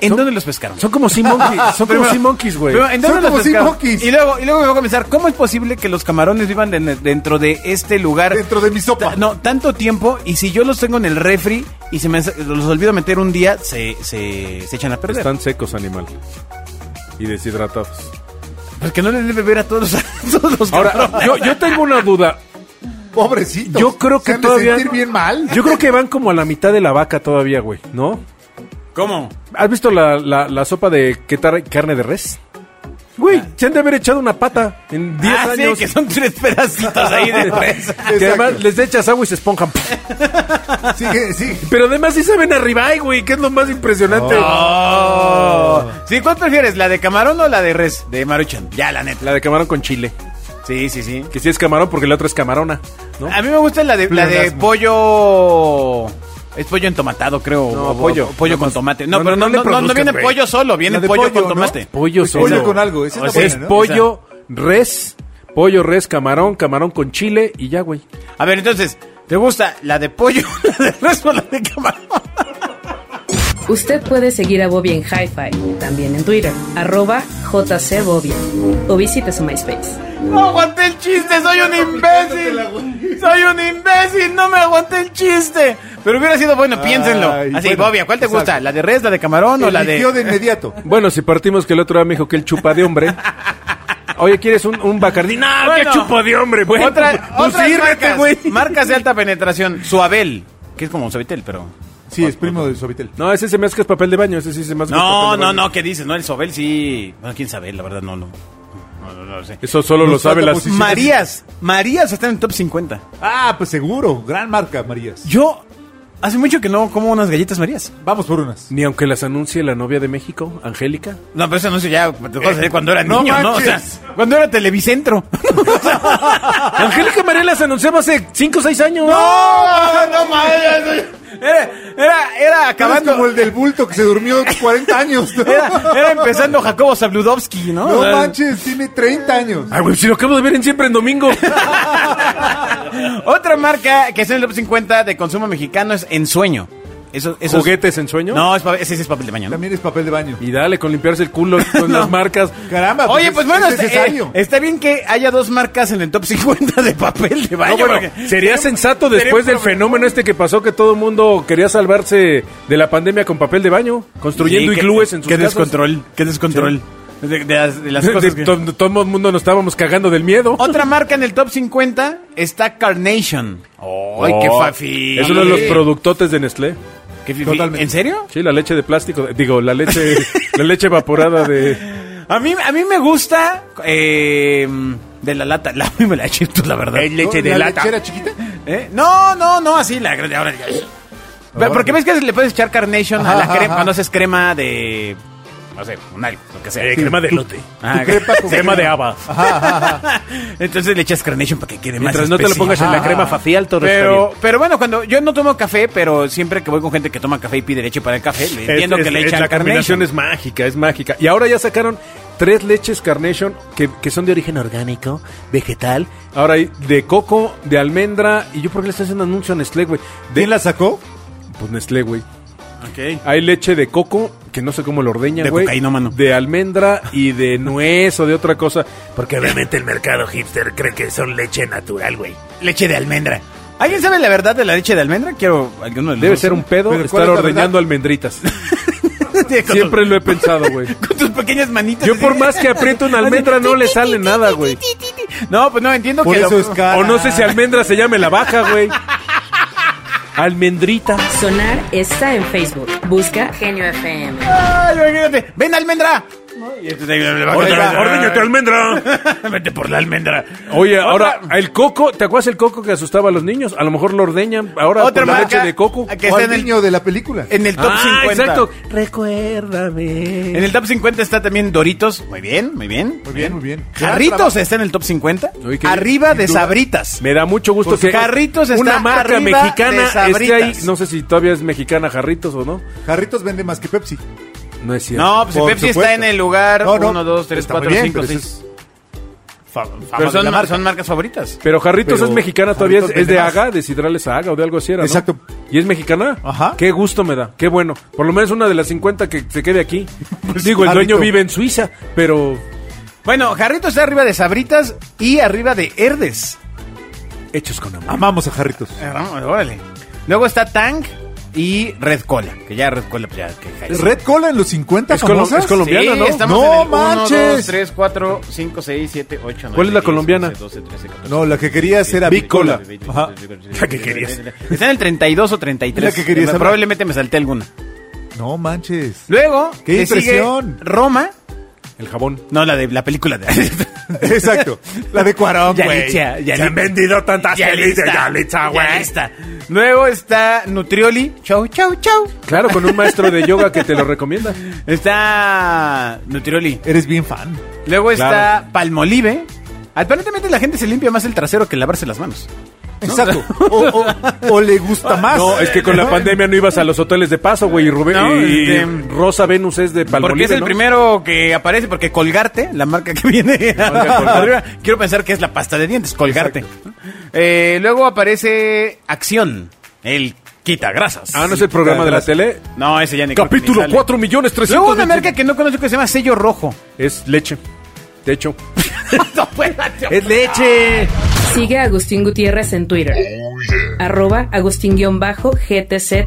Speaker 2: ¿en dónde los pescaron?
Speaker 4: Son como Sea Monkeys, son como
Speaker 2: Primero-
Speaker 4: Sea Monkeys, güey.
Speaker 2: primero, ¿en dónde
Speaker 3: Son
Speaker 2: los
Speaker 3: como Sea
Speaker 2: pescaron?
Speaker 3: Monkeys.
Speaker 2: Y luego y luego me pongo a pensar cómo es posible que los camarones vivan de- dentro de este lugar
Speaker 3: Dentro de mi sopa.
Speaker 2: Ta- No, tanto tiempo y si yo los tengo en el refri y se me los olvido meter un día, se, se, se echan a perder.
Speaker 4: Están secos, animal. Y deshidratados.
Speaker 2: Pues que no les debe beber a todos, los- todos los
Speaker 4: Ahora,
Speaker 2: cabrones.
Speaker 4: yo, yo tengo una duda.
Speaker 3: Pobrecitos.
Speaker 4: Yo creo
Speaker 3: Se
Speaker 4: que
Speaker 3: han de
Speaker 4: todavía.
Speaker 3: sentir bien mal.
Speaker 4: Yo creo que van como a la mitad de la vaca todavía, güey, ¿no?
Speaker 2: ¿Cómo?
Speaker 4: ¿Has visto la, la, la sopa de qué tar- carne de res? Güey, se han de haber echado una pata en 10
Speaker 2: ah,
Speaker 4: años.
Speaker 2: sí, que son tres pedacitos ahí de res.
Speaker 4: Que además
Speaker 3: Exacto.
Speaker 4: les echas agua y se esponjan.
Speaker 3: Sigue, sigue.
Speaker 4: Pero además sí saben arriba, güey, que es lo más impresionante.
Speaker 2: Oh. Sí, ¿cuál prefieres? ¿La de camarón o la de res? De Maruchan. Ya, la neta.
Speaker 4: La de camarón con chile.
Speaker 2: Sí, sí, sí.
Speaker 4: Que sí es camarón porque la otra es camarona, ¿no?
Speaker 2: A mí me gusta la de, la de
Speaker 3: Pleonasmo.
Speaker 2: pollo. Es pollo entomatado, creo.
Speaker 4: No,
Speaker 2: o- o-
Speaker 4: pollo.
Speaker 2: pollo con tomate. No, pero no,
Speaker 4: le
Speaker 2: no, no, no
Speaker 4: produzcan,
Speaker 2: viene
Speaker 4: güey.
Speaker 2: pollo solo, viene
Speaker 3: La de
Speaker 2: pollo,
Speaker 3: pollo,
Speaker 2: con
Speaker 3: ¿no?
Speaker 2: tomate.
Speaker 4: Pollo
Speaker 3: Pues
Speaker 4: solo.
Speaker 3: pollo con algo, esa
Speaker 4: O
Speaker 3: está
Speaker 4: sea,
Speaker 3: buena,
Speaker 4: es
Speaker 3: ¿no?
Speaker 4: pollo, res, pollo, res, camarón, camarón con chile y ya, güey.
Speaker 2: A ver, entonces, ¿te gusta la de pollo, la de res o la de camarón?
Speaker 1: Usted puede seguir a Bobia en Hi-Fi, también en Twitter, arroba jcbobia, o visite su MySpace.
Speaker 2: No aguanté el chiste, soy un imbécil. Soy un imbécil, no me aguanté el chiste. Pero hubiera sido bueno, piénsenlo.
Speaker 3: Ay,
Speaker 2: Así,
Speaker 3: bueno,
Speaker 2: Bobia, ¿cuál te
Speaker 3: exacto.
Speaker 2: gusta? ¿La de res, la de camarón o la de.?
Speaker 3: Eligió de inmediato.
Speaker 4: Bueno, si partimos que el otro día me dijo que el chupa de hombre. Oye, ¿quieres un, un Bacardí? ¡No,
Speaker 2: Bueno.
Speaker 4: qué chupo de hombre, güey!
Speaker 2: Otra,
Speaker 4: Pues
Speaker 2: otras
Speaker 4: sírvete,
Speaker 2: marcas,
Speaker 4: güey.
Speaker 2: marcas de alta penetración. Suabel, que es como Suavitel, pero...
Speaker 3: Sí, es primo de Suavitel.
Speaker 4: No, ese se me hace que es papel de baño, ese sí se me hace que es
Speaker 2: No,
Speaker 4: papel de
Speaker 2: no,
Speaker 4: baño.
Speaker 2: no, ¿qué dices? No, el Suabel sí... Bueno, quién sabe, la verdad, no, no. No, no, no lo sé.
Speaker 4: Eso solo lo
Speaker 3: Nos
Speaker 4: sabe
Speaker 3: falta
Speaker 4: las...
Speaker 3: posición.
Speaker 2: Marías, Marías está en el top 50.
Speaker 3: Ah, pues seguro. Gran marca, Marías.
Speaker 2: Yo hace mucho que no como unas galletas Marías.
Speaker 3: Vamos por unas.
Speaker 4: Ni aunque las anuncie la novia de México, Angélica.
Speaker 2: No, pero eso no sé ya te acuerdas de cuando era
Speaker 3: no
Speaker 2: niño, ¿no? O sea,
Speaker 3: manches.
Speaker 2: cuando era Televicentro.
Speaker 4: Angélica María las anunciaba hace 5 o 6 años.
Speaker 2: ¡No! ¡No mames! Era, era, era
Speaker 3: Acabando como
Speaker 2: acabando.
Speaker 3: el del bulto que se durmió 40 años. ¿no?
Speaker 2: Era, era empezando Jacobo Zabludovsky, ¿no?
Speaker 3: No
Speaker 2: O sea,
Speaker 3: manches, tiene 30 años.
Speaker 4: Ay, Ah, güey, si lo acabo de ver en siempre en domingo.
Speaker 2: Otra marca que está en el top 50 de consumo mexicano es Ensueño. Eso, eso
Speaker 4: ¿Juguetes en sueño?
Speaker 2: No, es pa- ese sí es papel de baño. ¿no?
Speaker 3: También es papel de baño.
Speaker 4: Y dale con limpiarse el culo con las marcas.
Speaker 3: Caramba.
Speaker 2: Oye,
Speaker 3: es-
Speaker 2: pues bueno,
Speaker 3: es
Speaker 2: está, eh,
Speaker 3: necesario.
Speaker 2: está bien que haya dos marcas en el top 50 de papel de baño.
Speaker 4: No, bueno,
Speaker 2: porque-
Speaker 4: sería sensato después del fenómeno este que pasó que todo el mundo quería salvarse de la pandemia con papel de baño, construyendo
Speaker 2: Sí, qué-
Speaker 4: iglúes en sus
Speaker 2: Qué
Speaker 4: casas.
Speaker 2: descontrol, qué descontrol. De, de las, de las
Speaker 4: De-
Speaker 2: cosas
Speaker 4: de-
Speaker 2: que-
Speaker 4: to- Todo el mundo nos estábamos cagando del miedo.
Speaker 2: Otra marca en el top 50 está Carnation. ¡Ay, qué
Speaker 4: Oh,
Speaker 2: fafi!
Speaker 4: Es uno de los productotes de Nestlé.
Speaker 2: Qué fifi.
Speaker 3: Totalmente.
Speaker 2: ¿En serio?
Speaker 4: Sí, la leche de plástico, digo, la leche la leche evaporada de
Speaker 2: A mí, a mí me gusta eh, de la lata. La, a mí me la eché, la verdad.
Speaker 4: Es leche de
Speaker 3: ¿La
Speaker 4: lata.
Speaker 3: lechera chiquita?
Speaker 2: ¿Eh? No, no, no, así la grande. Ahora ya. Pero, Porque ves que le puedes echar Carnation a
Speaker 3: Ajá,
Speaker 2: la
Speaker 3: ajá,
Speaker 2: crema
Speaker 3: ajá.
Speaker 2: cuando haces crema de. No sé, un algo, lo que sea.
Speaker 5: Eh,
Speaker 4: Eh, crema de lote.
Speaker 2: Ah,
Speaker 3: crepa con
Speaker 4: crema de haba.
Speaker 2: Entonces le echas Carnation para que quede más
Speaker 4: Mientras no te lo
Speaker 2: especie.
Speaker 4: pongas en la crema facial, todo está bien.
Speaker 2: Pero, pero bueno, cuando yo no tomo café, pero siempre que voy con gente que toma café y pide leche para el café, le entiendo
Speaker 4: Es-
Speaker 2: que
Speaker 4: es-
Speaker 2: le
Speaker 4: es-
Speaker 2: echan
Speaker 4: La combinación
Speaker 2: carnation.
Speaker 4: es mágica, es mágica. Y ahora ya sacaron tres leches Carnation que, que son de origen orgánico, vegetal. Ahora hay de coco, de almendra. ¿Y yo por qué le estoy haciendo anuncio a Nestlé, güey? De,
Speaker 3: ¿Quién la sacó?
Speaker 4: Pues Nestlé, güey.
Speaker 2: Ok.
Speaker 4: Hay leche de coco, que no sé cómo lo ordeña,
Speaker 2: De
Speaker 4: güey.
Speaker 2: cocainómano.
Speaker 4: De almendra y de nuez o de otra cosa. Eh, Porque obviamente el mercado hipster cree que son leche natural, güey.
Speaker 2: Leche de almendra. ¿Alguien sabe la verdad de la leche de almendra? Quiero alguno de los
Speaker 4: Debe
Speaker 2: dos.
Speaker 4: ser un pedo
Speaker 3: Pero ¿cuál
Speaker 4: estar
Speaker 3: es la
Speaker 4: ordeñando almendritas.
Speaker 2: Sí, con
Speaker 4: Siempre lo he pensado, güey.
Speaker 2: tus- con tus pequeñas manitas.
Speaker 4: Yo por más que aprieto una almendra no le sale nada, güey.
Speaker 2: No, pues no, entiendo
Speaker 3: Por
Speaker 2: que...
Speaker 3: eso
Speaker 2: lo-
Speaker 3: es cara.
Speaker 4: O no sé si almendra se llame la baja, güey. Almendrita.
Speaker 1: Sonar está en Facebook. Busca Genio FM.
Speaker 2: Ay, imagínate. ¡Ven, almendra!
Speaker 4: ¡Órdeñate, almendra!
Speaker 2: Vete por la almendra.
Speaker 4: Oye, ahora, el coco, ¿te acuerdas el coco que asustaba a los niños? A lo mejor lo ordeñan ahora
Speaker 2: Otra
Speaker 4: por la
Speaker 2: marca
Speaker 4: leche de coco.
Speaker 2: que
Speaker 3: o
Speaker 2: está
Speaker 3: al
Speaker 2: en el, Eh,
Speaker 3: niño de la película.
Speaker 2: en el top
Speaker 4: ah,
Speaker 2: 50.
Speaker 4: exacto. Recuérdame.
Speaker 2: En el top 50 está también Doritos. Muy bien, muy bien.
Speaker 3: Muy bien, muy bien.
Speaker 2: Jarritos está en el top 50.
Speaker 4: Uy, qué bien.
Speaker 2: Arriba de Sabritas.
Speaker 4: Me da mucho gusto
Speaker 2: Pues
Speaker 4: que
Speaker 2: Jarritos está
Speaker 4: una marca
Speaker 2: arriba de
Speaker 4: mexicana esté
Speaker 2: Sabritas.
Speaker 4: ahí. No sé si todavía es mexicana Jarritos o no.
Speaker 3: Jarritos vende más que Pepsi.
Speaker 4: No es cierto.
Speaker 2: No, pues el
Speaker 3: Por
Speaker 2: Pepsi
Speaker 3: supuesto.
Speaker 2: está en el lugar
Speaker 3: No, no.
Speaker 2: 1, 2, 3,
Speaker 3: Está
Speaker 2: 4,
Speaker 3: muy bien,
Speaker 2: 5,
Speaker 3: pero
Speaker 2: 6.
Speaker 3: de
Speaker 2: Pero son,
Speaker 3: la
Speaker 2: mar-
Speaker 3: marca.
Speaker 2: son marcas favoritas.
Speaker 4: Pero Jarritos
Speaker 3: Pero
Speaker 4: es mexicana todavía, es-
Speaker 3: Jarritos
Speaker 4: es de
Speaker 3: vende más.
Speaker 4: Haga, de Sidrales a Haga o de algo así era, ¿no?
Speaker 3: Exacto.
Speaker 4: ¿Y es mexicana?
Speaker 3: Ajá.
Speaker 4: Qué gusto me da, qué bueno. Por lo menos una de las 50 que se quede aquí. Pues Digo, el
Speaker 3: Jarrito.
Speaker 4: dueño vive en Suiza, pero
Speaker 2: Bueno, Jarritos está arriba de Sabritas y arriba de Herdes.
Speaker 4: hechos con amor.
Speaker 3: Amamos a Jarritos.
Speaker 2: Eh, vamos, Órale. Luego está Tank y Red Cola. Que ya Red Cola, pues ya que cae.
Speaker 3: ¿Red Cola en los 50
Speaker 4: Es colo-
Speaker 3: famosas?
Speaker 4: es colombiana,
Speaker 2: Sí,
Speaker 4: ¿no?
Speaker 2: estamos
Speaker 3: ¡No
Speaker 2: en el 1, 2,
Speaker 3: manches!
Speaker 2: 3, 4, 5, 6, 7, 8, 9,
Speaker 4: ¿Cuál es la colombiana?
Speaker 2: 12, 13, 14,
Speaker 3: No, la que querías era
Speaker 4: Big Cola.
Speaker 3: Ajá.
Speaker 4: La que querías.
Speaker 2: Está en el 32 o 33.
Speaker 3: La que querías, Amar.
Speaker 2: Probablemente me salté alguna.
Speaker 3: No manches.
Speaker 2: Luego,
Speaker 3: ¡Qué
Speaker 2: le sigue
Speaker 3: impresión!
Speaker 2: Roma.
Speaker 4: El jabón.
Speaker 2: No, la de la película de.
Speaker 3: Exacto. La de Cuarón, güey.
Speaker 2: Yalitza, Yalitza.
Speaker 4: vendido tantas
Speaker 2: Yalitza, Yalitza. Luego está Nutrioli. Chau, chau, chau.
Speaker 4: Claro, con un maestro de yoga que te lo recomienda.
Speaker 2: Está Nutrioli.
Speaker 3: Eres bien fan.
Speaker 2: Luego
Speaker 4: Claro.
Speaker 2: está Palmolive. Aparentemente la gente se limpia más el trasero que lavarse las manos.
Speaker 3: Exacto. O, o- o le gusta más.
Speaker 4: No, es que con la pandemia no ibas a los hoteles de paso, güey. Y, Rubén,
Speaker 2: No,
Speaker 4: y
Speaker 2: este-
Speaker 4: Rosa Venus es de Palmolive,
Speaker 2: porque es el
Speaker 4: ¿no?
Speaker 2: primero que aparece, porque colgarte, la marca que viene
Speaker 4: marca Colgate.
Speaker 2: arriba, quiero pensar que es la pasta de dientes, colgarte. Eh, luego aparece Acción, el quita grasas.
Speaker 4: Ah, no es el programa de la
Speaker 3: Sí,
Speaker 4: tele.
Speaker 2: No, ese ya ni creo que
Speaker 4: Capítulo
Speaker 2: ni sale.
Speaker 4: 4 millones
Speaker 2: Luego una marca que no conozco que se llama Sello Rojo.
Speaker 4: Es leche. De hecho.
Speaker 2: pues, es leche.
Speaker 1: Sigue a Agustín Gutiérrez en Twitter. Arroba Agustín-GTZ.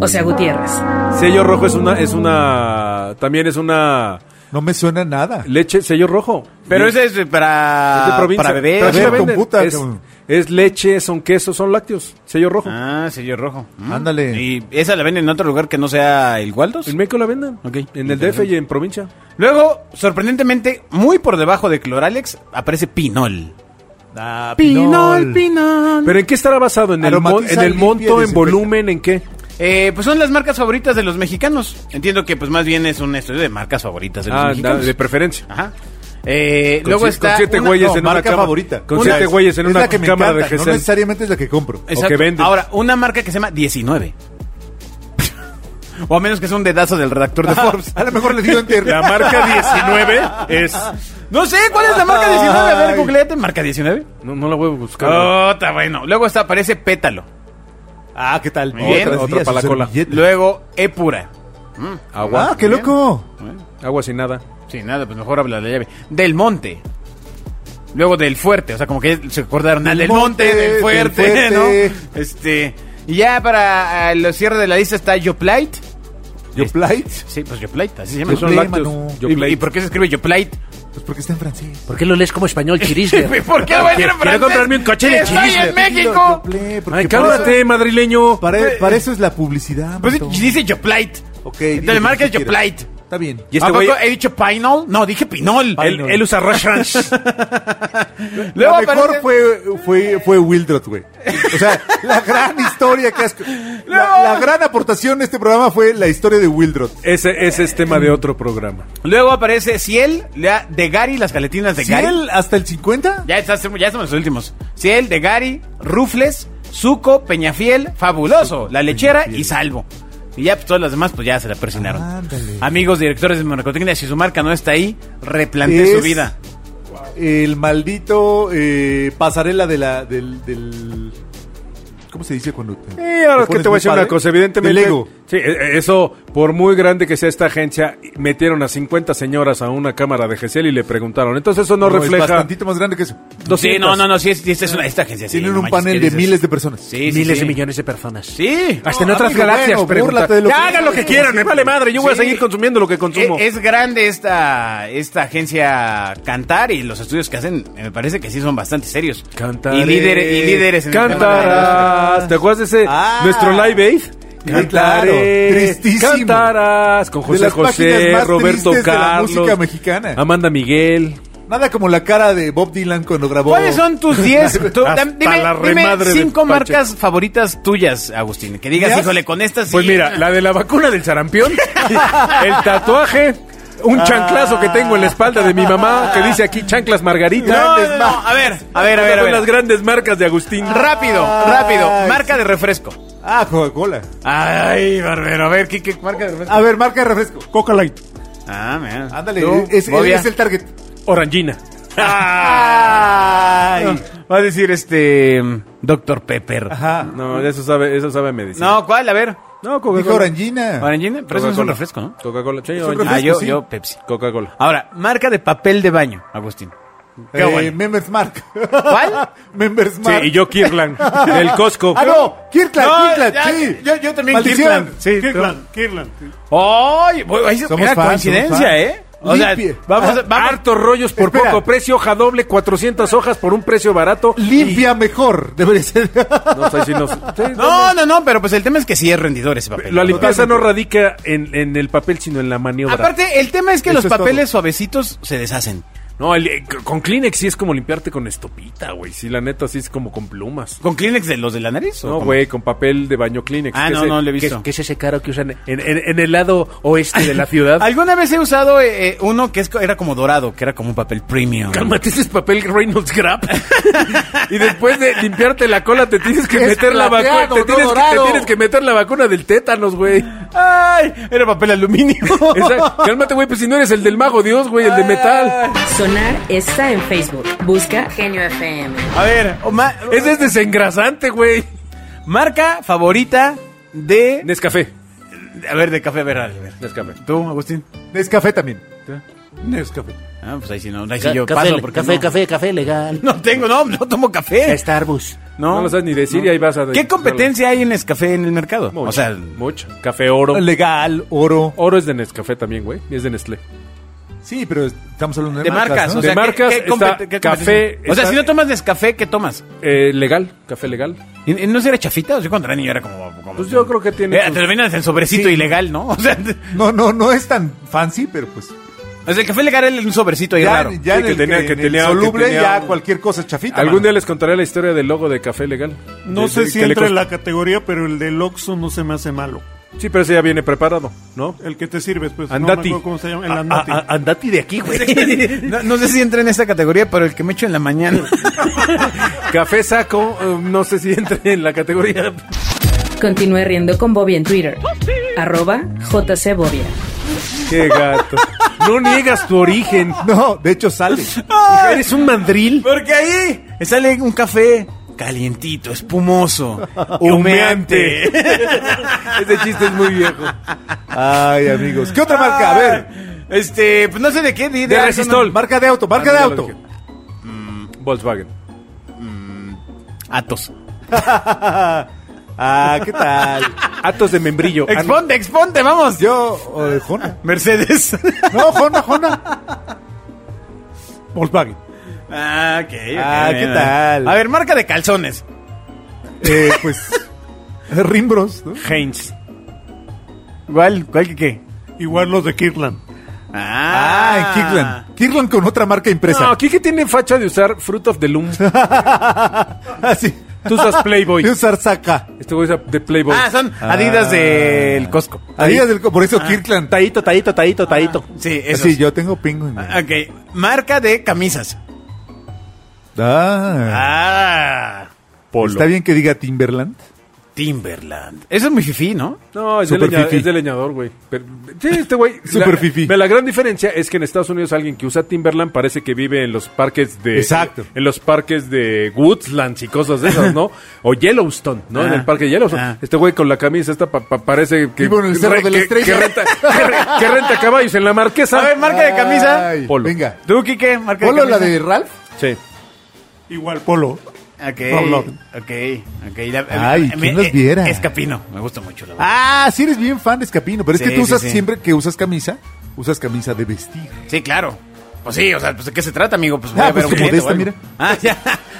Speaker 1: O sea, Gutiérrez.
Speaker 4: Sello rojo es una, es una, también es una
Speaker 3: No me suena nada.
Speaker 4: Leche, sello rojo. Ah,
Speaker 2: Pero
Speaker 4: Y-
Speaker 2: ese es para,
Speaker 4: es de provincia.
Speaker 2: para bebés.
Speaker 4: Pero aquí
Speaker 3: A
Speaker 4: la
Speaker 3: ver,
Speaker 4: venden.
Speaker 3: computa,
Speaker 4: es,
Speaker 3: cabrón.
Speaker 4: es leche, son quesos, son lácteos. Sello rojo.
Speaker 2: Ah, sello rojo. Mm.
Speaker 3: Ándale.
Speaker 2: ¿Y esa la venden en otro lugar que no sea el Waldos?
Speaker 4: En México la venden.
Speaker 2: Ok.
Speaker 4: En el DF y en provincia.
Speaker 2: Luego, sorprendentemente, muy por debajo de Cloralex, aparece Pinol.
Speaker 3: Ah,
Speaker 2: Pinol.
Speaker 4: ¿Pero en qué estará basado? ¿En, el, mon-
Speaker 3: Aromatiza,
Speaker 4: en el
Speaker 3: limpia,
Speaker 4: monto, en
Speaker 3: desinfecta.
Speaker 4: volumen, en qué?
Speaker 2: Eh, pues son las marcas favoritas de los mexicanos. Entiendo que pues más bien es un estudio de marcas favoritas de los
Speaker 4: Ah,
Speaker 2: mexicanos.
Speaker 4: de preferencia.
Speaker 2: Ajá. Eh,
Speaker 4: Con
Speaker 2: luego
Speaker 4: si-
Speaker 2: está
Speaker 4: con siete
Speaker 2: una-
Speaker 4: güeyes
Speaker 2: no,
Speaker 4: en una
Speaker 3: marca
Speaker 4: cama.
Speaker 3: favorita.
Speaker 4: Con
Speaker 3: Una
Speaker 4: siete
Speaker 3: es-
Speaker 4: güey, es en
Speaker 3: es
Speaker 4: una
Speaker 3: la que me
Speaker 4: cámara de
Speaker 3: encanta,
Speaker 4: GSM.
Speaker 3: No necesariamente es la que compro.
Speaker 2: Exacto.
Speaker 4: que venden.
Speaker 2: Ahora, una marca que se llama 19. o a menos que sea un dedazo del redactor de Forbes.
Speaker 3: A lo mejor le digo enter.
Speaker 4: La marca 19 es...
Speaker 2: No sé, ¿cuál es la marca 19? A ver,
Speaker 3: Ay.
Speaker 2: googleate, marca 19.
Speaker 4: No, no la voy a buscar.
Speaker 2: Oh, está bueno. Luego está, aparece Pétalo.
Speaker 3: Ah, ¿qué tal?
Speaker 2: Muy bien.
Speaker 3: Otras
Speaker 4: Otra
Speaker 3: días,
Speaker 4: para la
Speaker 3: su
Speaker 4: cola.
Speaker 3: servilleta.
Speaker 2: Luego Épura.
Speaker 4: Agua.
Speaker 3: Ah, qué loco.
Speaker 4: Agua sin nada.
Speaker 2: Sí, nada, pues mejor habla de la llave. Del Monte. Luego del Fuerte, o sea, como que se acordaron. ah,
Speaker 3: Del
Speaker 2: del Monte,
Speaker 3: Monte,
Speaker 2: del
Speaker 3: del
Speaker 2: Fuerte,
Speaker 3: Fuerte.
Speaker 2: ¿no? Este. Y ya para ah, los cierres de la lista está Yoplait.
Speaker 3: Yoplait.
Speaker 2: Sí, pues Yoplait, así se llama.
Speaker 4: Que son
Speaker 3: Yoplait,
Speaker 4: lácteos.
Speaker 3: mano.
Speaker 2: ¿Y, y por qué se escribe Yoplait?
Speaker 3: Pues porque está en francés.
Speaker 6: ¿Por qué lo lees como español, Chirisler?
Speaker 2: ¿Por qué lo voy a decir
Speaker 4: Quiero
Speaker 2: en francés?
Speaker 4: comprarme un coche de
Speaker 2: ¡Estoy
Speaker 4: Chrysler.
Speaker 2: en México!
Speaker 3: Yoplait, porque
Speaker 4: Ay,
Speaker 3: para
Speaker 4: cálmate, madrileño.
Speaker 3: eso- Para, para eso es la publicidad.
Speaker 2: Pues
Speaker 3: Marto.
Speaker 2: dice Yoplait.
Speaker 3: Ok,
Speaker 2: Entonces
Speaker 3: dile
Speaker 2: la marca
Speaker 3: que
Speaker 2: es
Speaker 3: quieras.
Speaker 2: Yoplait.
Speaker 3: Está bien.
Speaker 2: ¿A
Speaker 4: Y este güey...
Speaker 2: poco ¿He dicho Pinol? No, dije Pinol.
Speaker 4: Él, él usa Rush
Speaker 2: Luego
Speaker 3: la mejor
Speaker 2: aparece-
Speaker 3: fue, fue, fue Wildrot, güey. O sea, la gran historia que has... La, la gran aportación de este programa fue la historia de Wildrot.
Speaker 4: Ese, ese es tema de otro programa.
Speaker 2: Luego aparece Ciel, la- de Gary, las caletinas de
Speaker 3: ¿Sí
Speaker 2: Gary.
Speaker 3: él hasta el 50?
Speaker 2: Ya, estás- ya estamos los últimos. Ciel, de Gary, Rufles, Zuco, Peñafiel, Fabuloso, La Lechera y Salvo. Y ya, pues todas las demás, pues ya se la persinaron.
Speaker 3: Ándale.
Speaker 2: Amigos, directores de Mercotecnia, si su marca no está ahí, replantee
Speaker 3: Es-
Speaker 2: su vida.
Speaker 3: El maldito eh, pasarela de la, del, del... ¿Cómo se dice cuando te,
Speaker 4: Y Eh, ahora es que
Speaker 3: pones
Speaker 4: te voy a
Speaker 3: muy
Speaker 4: decir
Speaker 3: padre?
Speaker 4: una cosa, evidentemente.
Speaker 3: Del ego.
Speaker 4: Sí, e- e- eso, por muy grande que sea esta agencia, metieron a 50 señoras a una cámara de GESEL y le preguntaron. Entonces eso no,
Speaker 3: No, es
Speaker 4: refleja.
Speaker 3: bastantito más grande que eso.
Speaker 4: 200.
Speaker 2: Sí, no, no, no, sí, es- sí, esta es una esta agencia. sí,
Speaker 3: Tienen
Speaker 2: no
Speaker 3: un
Speaker 2: manches, ¿qué
Speaker 3: panel de
Speaker 2: dices?
Speaker 3: miles de personas.
Speaker 2: Sí, sí,
Speaker 6: Miles
Speaker 2: sí.
Speaker 6: de millones de personas.
Speaker 2: Sí.
Speaker 4: Hasta en
Speaker 3: No,
Speaker 4: otras
Speaker 3: amigo,
Speaker 4: galaxias,
Speaker 3: bueno,
Speaker 4: pregunta.
Speaker 3: búrlate de lo
Speaker 4: Ya
Speaker 3: que-
Speaker 4: hagan lo que quieran, me vale madre. Yo voy a
Speaker 2: Sí.
Speaker 4: seguir consumiendo lo que consumo.
Speaker 2: E, Es, es grande esta, esta agencia Cantar y los estudios que hacen, me parece que sí son bastante serios.
Speaker 4: Cantaré.
Speaker 2: Y, líderes y líderes en el tema de la industria.
Speaker 4: Cantarás. ¿Te acuerdas de ese?
Speaker 3: Ah.
Speaker 4: nuestro live aid.
Speaker 3: Sí, claro. Tristísimo.
Speaker 4: Cantarás con José
Speaker 3: las páginas
Speaker 4: José,
Speaker 3: más
Speaker 4: Roberto
Speaker 3: tristes de la
Speaker 4: Carlos,
Speaker 3: música mexicana.
Speaker 4: Amanda Miguel.
Speaker 3: Nada como la cara de Bob Dylan cuando grabó...
Speaker 2: ¿Cuáles son tus 10? Tú,
Speaker 4: Hasta
Speaker 2: dam- dime
Speaker 4: la
Speaker 2: dime
Speaker 4: remadre de
Speaker 2: cinco
Speaker 4: Pache.
Speaker 2: marcas favoritas tuyas, Agustín. Que digas,
Speaker 3: ¿Mías?
Speaker 2: híjole, con estas sí.
Speaker 4: Pues mira, la de la vacuna del sarampión, el tatuaje, un chanclazo que tengo en la espalda de mi mamá que dice aquí chanclas
Speaker 2: No,
Speaker 4: Margarita.
Speaker 2: no, no, a ver, a ver, a ver, a
Speaker 4: Son las
Speaker 2: ver.
Speaker 4: grandes marcas de Agustín.
Speaker 2: Rápido, rápido.
Speaker 3: Ay,
Speaker 2: Marca de refresco.
Speaker 3: Ah, Coca-Cola.
Speaker 2: Ay, barbero, a ver, ¿qué, qué marca de refresco?
Speaker 3: A ver, marca de refresco.
Speaker 5: Coca Light.
Speaker 2: Ah, mira.
Speaker 3: Ándale,
Speaker 2: Tú,
Speaker 3: es, es-
Speaker 2: Bobia.
Speaker 3: es el target.
Speaker 4: Orangina.
Speaker 2: Ay. Va a decir este. Doctor Pepper.
Speaker 3: Ajá.
Speaker 4: No, eso sabe, eso sabe medicina.
Speaker 2: Ah. No, ¿cuál? A ver.
Speaker 4: no
Speaker 3: Dijo
Speaker 4: Coca-Cola.
Speaker 3: orangina.
Speaker 2: Orangina, pero eso no es un
Speaker 4: Coca-Cola.
Speaker 2: refresco, ¿no?
Speaker 4: Coca-Cola. Sí,
Speaker 3: un
Speaker 4: Orangina.
Speaker 2: Ah,
Speaker 3: Refresco,
Speaker 2: yo,
Speaker 3: sí.
Speaker 2: yo Pepsi.
Speaker 4: Coca-Cola.
Speaker 2: Ahora, marca de papel de baño, Agustín.
Speaker 3: Eh, Members Mark.
Speaker 2: ¿Cuál?
Speaker 3: Members
Speaker 4: Sí,
Speaker 3: Mark.
Speaker 4: y yo Kirlan, del Costco.
Speaker 3: Ah, no. Kirkland,
Speaker 2: No,
Speaker 3: Kirkland,
Speaker 2: ya,
Speaker 3: sí.
Speaker 2: yo- yo también
Speaker 3: Maldición.
Speaker 2: Kirkland.
Speaker 5: Sí, Kirkland. Kirkland.
Speaker 2: ¡Ay! bueno, ahí-
Speaker 3: Somos
Speaker 2: mira,
Speaker 3: fans, somos
Speaker 2: coincidencia,
Speaker 3: fans.
Speaker 2: ¿eh? O sea,
Speaker 3: Limpie.
Speaker 2: vamos, a- vamos
Speaker 4: Ah, Hartos rollos por
Speaker 3: Espera.
Speaker 4: poco precio, hoja doble, 400 hojas por un precio barato.
Speaker 3: Limpia mejor, debería ser.
Speaker 4: No sé si nos- sí,
Speaker 2: No, no, no, pero pues el tema es que sí es rendidor ese papel.
Speaker 4: La limpieza
Speaker 3: Totalmente.
Speaker 4: no radica en, en el papel, sino en la maniobra.
Speaker 2: Aparte, el tema es que
Speaker 3: Eso
Speaker 2: los
Speaker 3: es todo.
Speaker 2: papeles suavecitos se deshacen.
Speaker 4: no, el- eh, c- con Kleenex sí es como limpiarte con estopita, güey. Sí, la neta sí es como con plumas.
Speaker 2: ¿Con Kleenex de los de la nariz? o
Speaker 4: No,
Speaker 2: con-
Speaker 4: güey, con papel de baño Kleenex.
Speaker 2: Ah,
Speaker 4: que
Speaker 2: no,
Speaker 4: ese-
Speaker 2: no, le he
Speaker 6: ¿Qué,
Speaker 2: visto.
Speaker 6: qué es ese caro que usan en, en- en el lado oeste de la ciudad?
Speaker 2: Alguna vez he usado eh, eh, uno que es co- era como dorado, que era como un papel premium.
Speaker 4: Cálmate, ese es papel Reynolds Grab. y después de limpiarte la cola, te tienes que
Speaker 6: Es
Speaker 4: meter la vacuna.
Speaker 6: plateado,
Speaker 4: Te,
Speaker 6: no
Speaker 4: tienes que- te
Speaker 6: dorado.
Speaker 4: tienes que meter la vacuna del tétanos, güey.
Speaker 2: ¡Ay! Era papel aluminio.
Speaker 4: Esa- Cálmate, güey, pues si no eres el del mago Dios, güey, el de metal.
Speaker 1: Sonar está en Facebook. Busca Genio FM.
Speaker 2: A ver, o ma-
Speaker 4: Ese es desengrasante, güey.
Speaker 2: marca favorita de...
Speaker 4: Nescafé.
Speaker 2: A ver, de café, a ver, a ver.
Speaker 4: Nescafé.
Speaker 2: ¿Tú, Agustín?
Speaker 3: Nescafé también. Nescafé.
Speaker 2: Ah, pues ahí sí no, ahí sí
Speaker 6: Ca-
Speaker 2: yo
Speaker 6: café,
Speaker 2: paso porque
Speaker 6: café,
Speaker 2: no.
Speaker 6: café, café legal.
Speaker 2: No tengo, no, no tomo café.
Speaker 6: Starbucks.
Speaker 4: No lo sabes ni decir y ahí vas a-
Speaker 2: ¿Qué competencia hay en Nescafé en el mercado?
Speaker 4: Mucho,
Speaker 2: O sea,
Speaker 4: mucho. Café oro.
Speaker 3: Legal, oro.
Speaker 4: Oro es de Nescafé también, güey. Y es de Nestlé.
Speaker 3: Sí, pero estamos hablando de,
Speaker 2: De marcas,
Speaker 3: ¿no?
Speaker 2: o sea,
Speaker 4: De marcas está
Speaker 2: compet-
Speaker 4: café,
Speaker 2: O sea,
Speaker 4: está-
Speaker 2: si no tomas descafé, ¿qué tomas?
Speaker 4: Eh, legal, café legal.
Speaker 2: ¿Y- y ¿No será chafita? O sea, cuando era niño era como... como-
Speaker 4: Pues yo creo que tiene
Speaker 2: Eh,
Speaker 4: sus-
Speaker 2: te lo venden en sobrecito ilegal, ¿no? O sea, te-
Speaker 3: No, no, no es tan fancy, pero pues.
Speaker 2: o sea, el café legal era un sobrecito ahí
Speaker 3: Ya,
Speaker 2: raro.
Speaker 3: ya
Speaker 4: Sí,
Speaker 3: en
Speaker 4: que
Speaker 3: el,
Speaker 4: tenía-
Speaker 3: en
Speaker 4: que
Speaker 3: el
Speaker 4: tenía- que
Speaker 3: soluble,
Speaker 4: tenía
Speaker 3: ya
Speaker 4: un-
Speaker 3: cualquier cosa es chafita.
Speaker 4: Algún
Speaker 3: mano.
Speaker 4: día les contaré la historia del logo de café legal.
Speaker 5: No
Speaker 4: De-
Speaker 5: sé
Speaker 4: de-
Speaker 5: si
Speaker 4: que le
Speaker 5: entra en
Speaker 4: cost-
Speaker 5: la categoría, pero el del Oxxo no se me hace malo.
Speaker 4: Sí, pero ese ya viene preparado, ¿no?
Speaker 5: El que te sirves, pues. No me
Speaker 4: Andati.
Speaker 5: acuerdo cómo se llama. El
Speaker 2: Ah,
Speaker 4: A- a-
Speaker 5: Andati.
Speaker 4: a- andati de aquí, güey.
Speaker 2: no, no sé si entra en esa categoría, pero el que me echo en la mañana.
Speaker 4: Café saco, eh, no sé si entra en la categoría.
Speaker 1: Continúe riendo con Bobby en Twitter. Arroba JCBobia.
Speaker 4: Qué gato. No niegas tu origen.
Speaker 3: No, de hecho sale.
Speaker 4: Eres un mandril.
Speaker 2: Porque ahí sale un café calientito, espumoso,
Speaker 4: Humeante.
Speaker 2: humeante.
Speaker 4: Ese chiste es muy viejo.
Speaker 3: Ay, amigos. ¿Qué otra marca? A ver.
Speaker 2: Este, pues no sé de qué. De,
Speaker 4: De Resistol.
Speaker 3: Marca de auto, marca de
Speaker 4: Ah, no, ya lo
Speaker 3: auto.
Speaker 4: dije. Mm, Volkswagen.
Speaker 2: Atos.
Speaker 3: ah, ¿qué tal?
Speaker 4: Atos de membrillo. Ah, no.
Speaker 2: Exponte, exponte, vamos.
Speaker 3: Yo, eh, Jona.
Speaker 2: Mercedes.
Speaker 3: No, Jona, Jona. Volkswagen.
Speaker 2: ah, ok, ok,
Speaker 3: Ah, ¿qué
Speaker 2: bien,
Speaker 3: tal?
Speaker 2: A ver, marca de calzones.
Speaker 3: Eh, pues. Rimbros, ¿no?
Speaker 2: Heinz. ¿Cuál? ¿Cuál que qué?
Speaker 5: Igual los de Kirtland.
Speaker 3: Ah, en Kirkland. Kirkland con otra marca impresa.
Speaker 4: No, aquí que tiene facha de usar Fruit of the Loom.
Speaker 3: Así.
Speaker 4: Tú usas Playboy.
Speaker 3: Ah, De usar saca.
Speaker 4: Este güey usa de Playboy.
Speaker 2: Ah, son Adidas del Costco.
Speaker 3: Adidas del co- Por eso Kirkland. Ah.
Speaker 6: Taito, taito, taito, taito.
Speaker 2: Sí, eso.
Speaker 3: Sí, yo tengo pingo en
Speaker 5: Ah,
Speaker 2: Ok, marca de camisas.
Speaker 3: Ah,
Speaker 2: Ah,
Speaker 4: Polo.
Speaker 3: Está bien que diga Timberland.
Speaker 2: Timberland. Eso es muy fifí, ¿no?
Speaker 4: No, es de,
Speaker 3: Super
Speaker 4: leña-
Speaker 3: fifí.
Speaker 4: es de leñador, güey. Pero- Sí, este güey.
Speaker 3: Super
Speaker 4: la-
Speaker 3: fifí.
Speaker 4: pero La gran diferencia es que en Estados Unidos alguien que usa Timberland parece que vive en los parques de.
Speaker 3: Exacto.
Speaker 4: En los parques de Woodlands y cosas de esas, ¿no? o Yellowstone, ¿no? En
Speaker 2: Ah.
Speaker 4: el parque de Yellowstone.
Speaker 2: Ah.
Speaker 4: Este güey con la camisa esta pa- pa- parece que.
Speaker 3: Vivo en el
Speaker 4: que-
Speaker 3: Cerro de la
Speaker 4: que-
Speaker 3: Estrella.
Speaker 4: Que renta, que re- que renta caballos en la marquesa.
Speaker 2: A ver, marca de camisa.
Speaker 3: Ay,
Speaker 4: Polo.
Speaker 3: Venga.
Speaker 2: ¿Tú, Kike? Marca
Speaker 3: ¿Polo
Speaker 2: de
Speaker 3: la
Speaker 2: camisa.
Speaker 3: de Ralph?
Speaker 4: Sí.
Speaker 5: Igual Polo.
Speaker 2: Ok,
Speaker 5: Polo.
Speaker 2: ok, ok. La-
Speaker 3: Ay,
Speaker 2: me-
Speaker 3: ¿quién los
Speaker 2: eh,
Speaker 3: viera?
Speaker 2: Escapino, me gusta mucho la verdad.
Speaker 3: Ah, sí eres bien fan de Escapino, pero es
Speaker 2: Sí,
Speaker 3: que tú
Speaker 2: sí,
Speaker 3: usas
Speaker 2: sí.
Speaker 3: siempre que usas camisa, usas camisa de vestir.
Speaker 2: Sí, claro. Pues sí, o sea, pues ¿de qué se trata, amigo? Pues voy
Speaker 3: Ah,
Speaker 2: a ver
Speaker 3: pues
Speaker 2: un
Speaker 3: como de
Speaker 2: cliente o
Speaker 3: esta,
Speaker 2: algo. Ah, ya.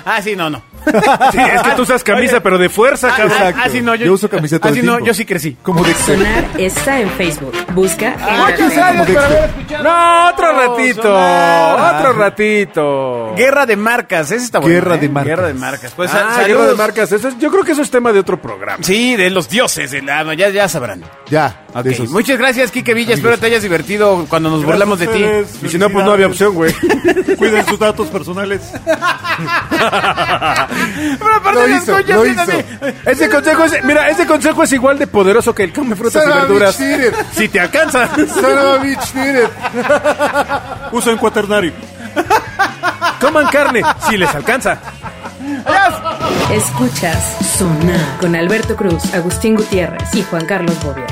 Speaker 2: Ah, sí, no, no.
Speaker 4: Sí, es que tú usas camisa,
Speaker 2: Oye.
Speaker 4: pero de fuerza,
Speaker 2: Ah,
Speaker 4: cabrón.
Speaker 2: ah, ah, sí, no, yo,
Speaker 3: Yo uso camisa
Speaker 2: ah,
Speaker 3: todo el
Speaker 2: sí, no,
Speaker 3: tiempo.
Speaker 2: yo sí crecí.
Speaker 3: Como
Speaker 1: Ah,
Speaker 3: de
Speaker 1: Sonar está en Facebook. Busca
Speaker 3: Ocho
Speaker 1: RT.
Speaker 3: años para ver.
Speaker 4: No, otro ratito.
Speaker 2: sonar.
Speaker 4: Otro ratito.
Speaker 2: Guerra de marcas, ese está bueno.
Speaker 3: Guerra de
Speaker 2: ¿eh?
Speaker 3: marcas.
Speaker 2: Guerra de marcas. Pues,
Speaker 4: ah,
Speaker 2: sa-
Speaker 4: guerra de
Speaker 2: saludos.
Speaker 4: marcas. Eso es- yo creo que eso es tema de otro programa.
Speaker 2: Sí, de los dioses, de la- ya, ya sabrán.
Speaker 3: Ya,
Speaker 2: Ok,
Speaker 3: de esos.
Speaker 2: Muchas gracias, Kike Villa. Espero te hayas divertido cuando nos
Speaker 5: Gracias
Speaker 2: burlamos de
Speaker 5: a
Speaker 2: ti.
Speaker 5: ustedes.
Speaker 4: Y si no, pues no había opción, güey.
Speaker 5: Cuiden sus datos personales.
Speaker 2: Pero aparte
Speaker 3: Lo
Speaker 2: me
Speaker 3: hizo,
Speaker 2: escuchas,
Speaker 3: lo
Speaker 2: mira,
Speaker 3: hizo.
Speaker 2: mira.
Speaker 4: Ese consejo es, mira, ese consejo es igual de poderoso que el come frutas y
Speaker 3: Son a
Speaker 4: verduras.
Speaker 3: bitch eater.
Speaker 4: Si te alcanza.
Speaker 3: Son a bitch eater.
Speaker 5: Uso en cuaternario.
Speaker 4: Coman carne, si les alcanza.
Speaker 1: Escuchas Sonar con Alberto Cruz, Agustín Gutiérrez y Juan Carlos Bobia.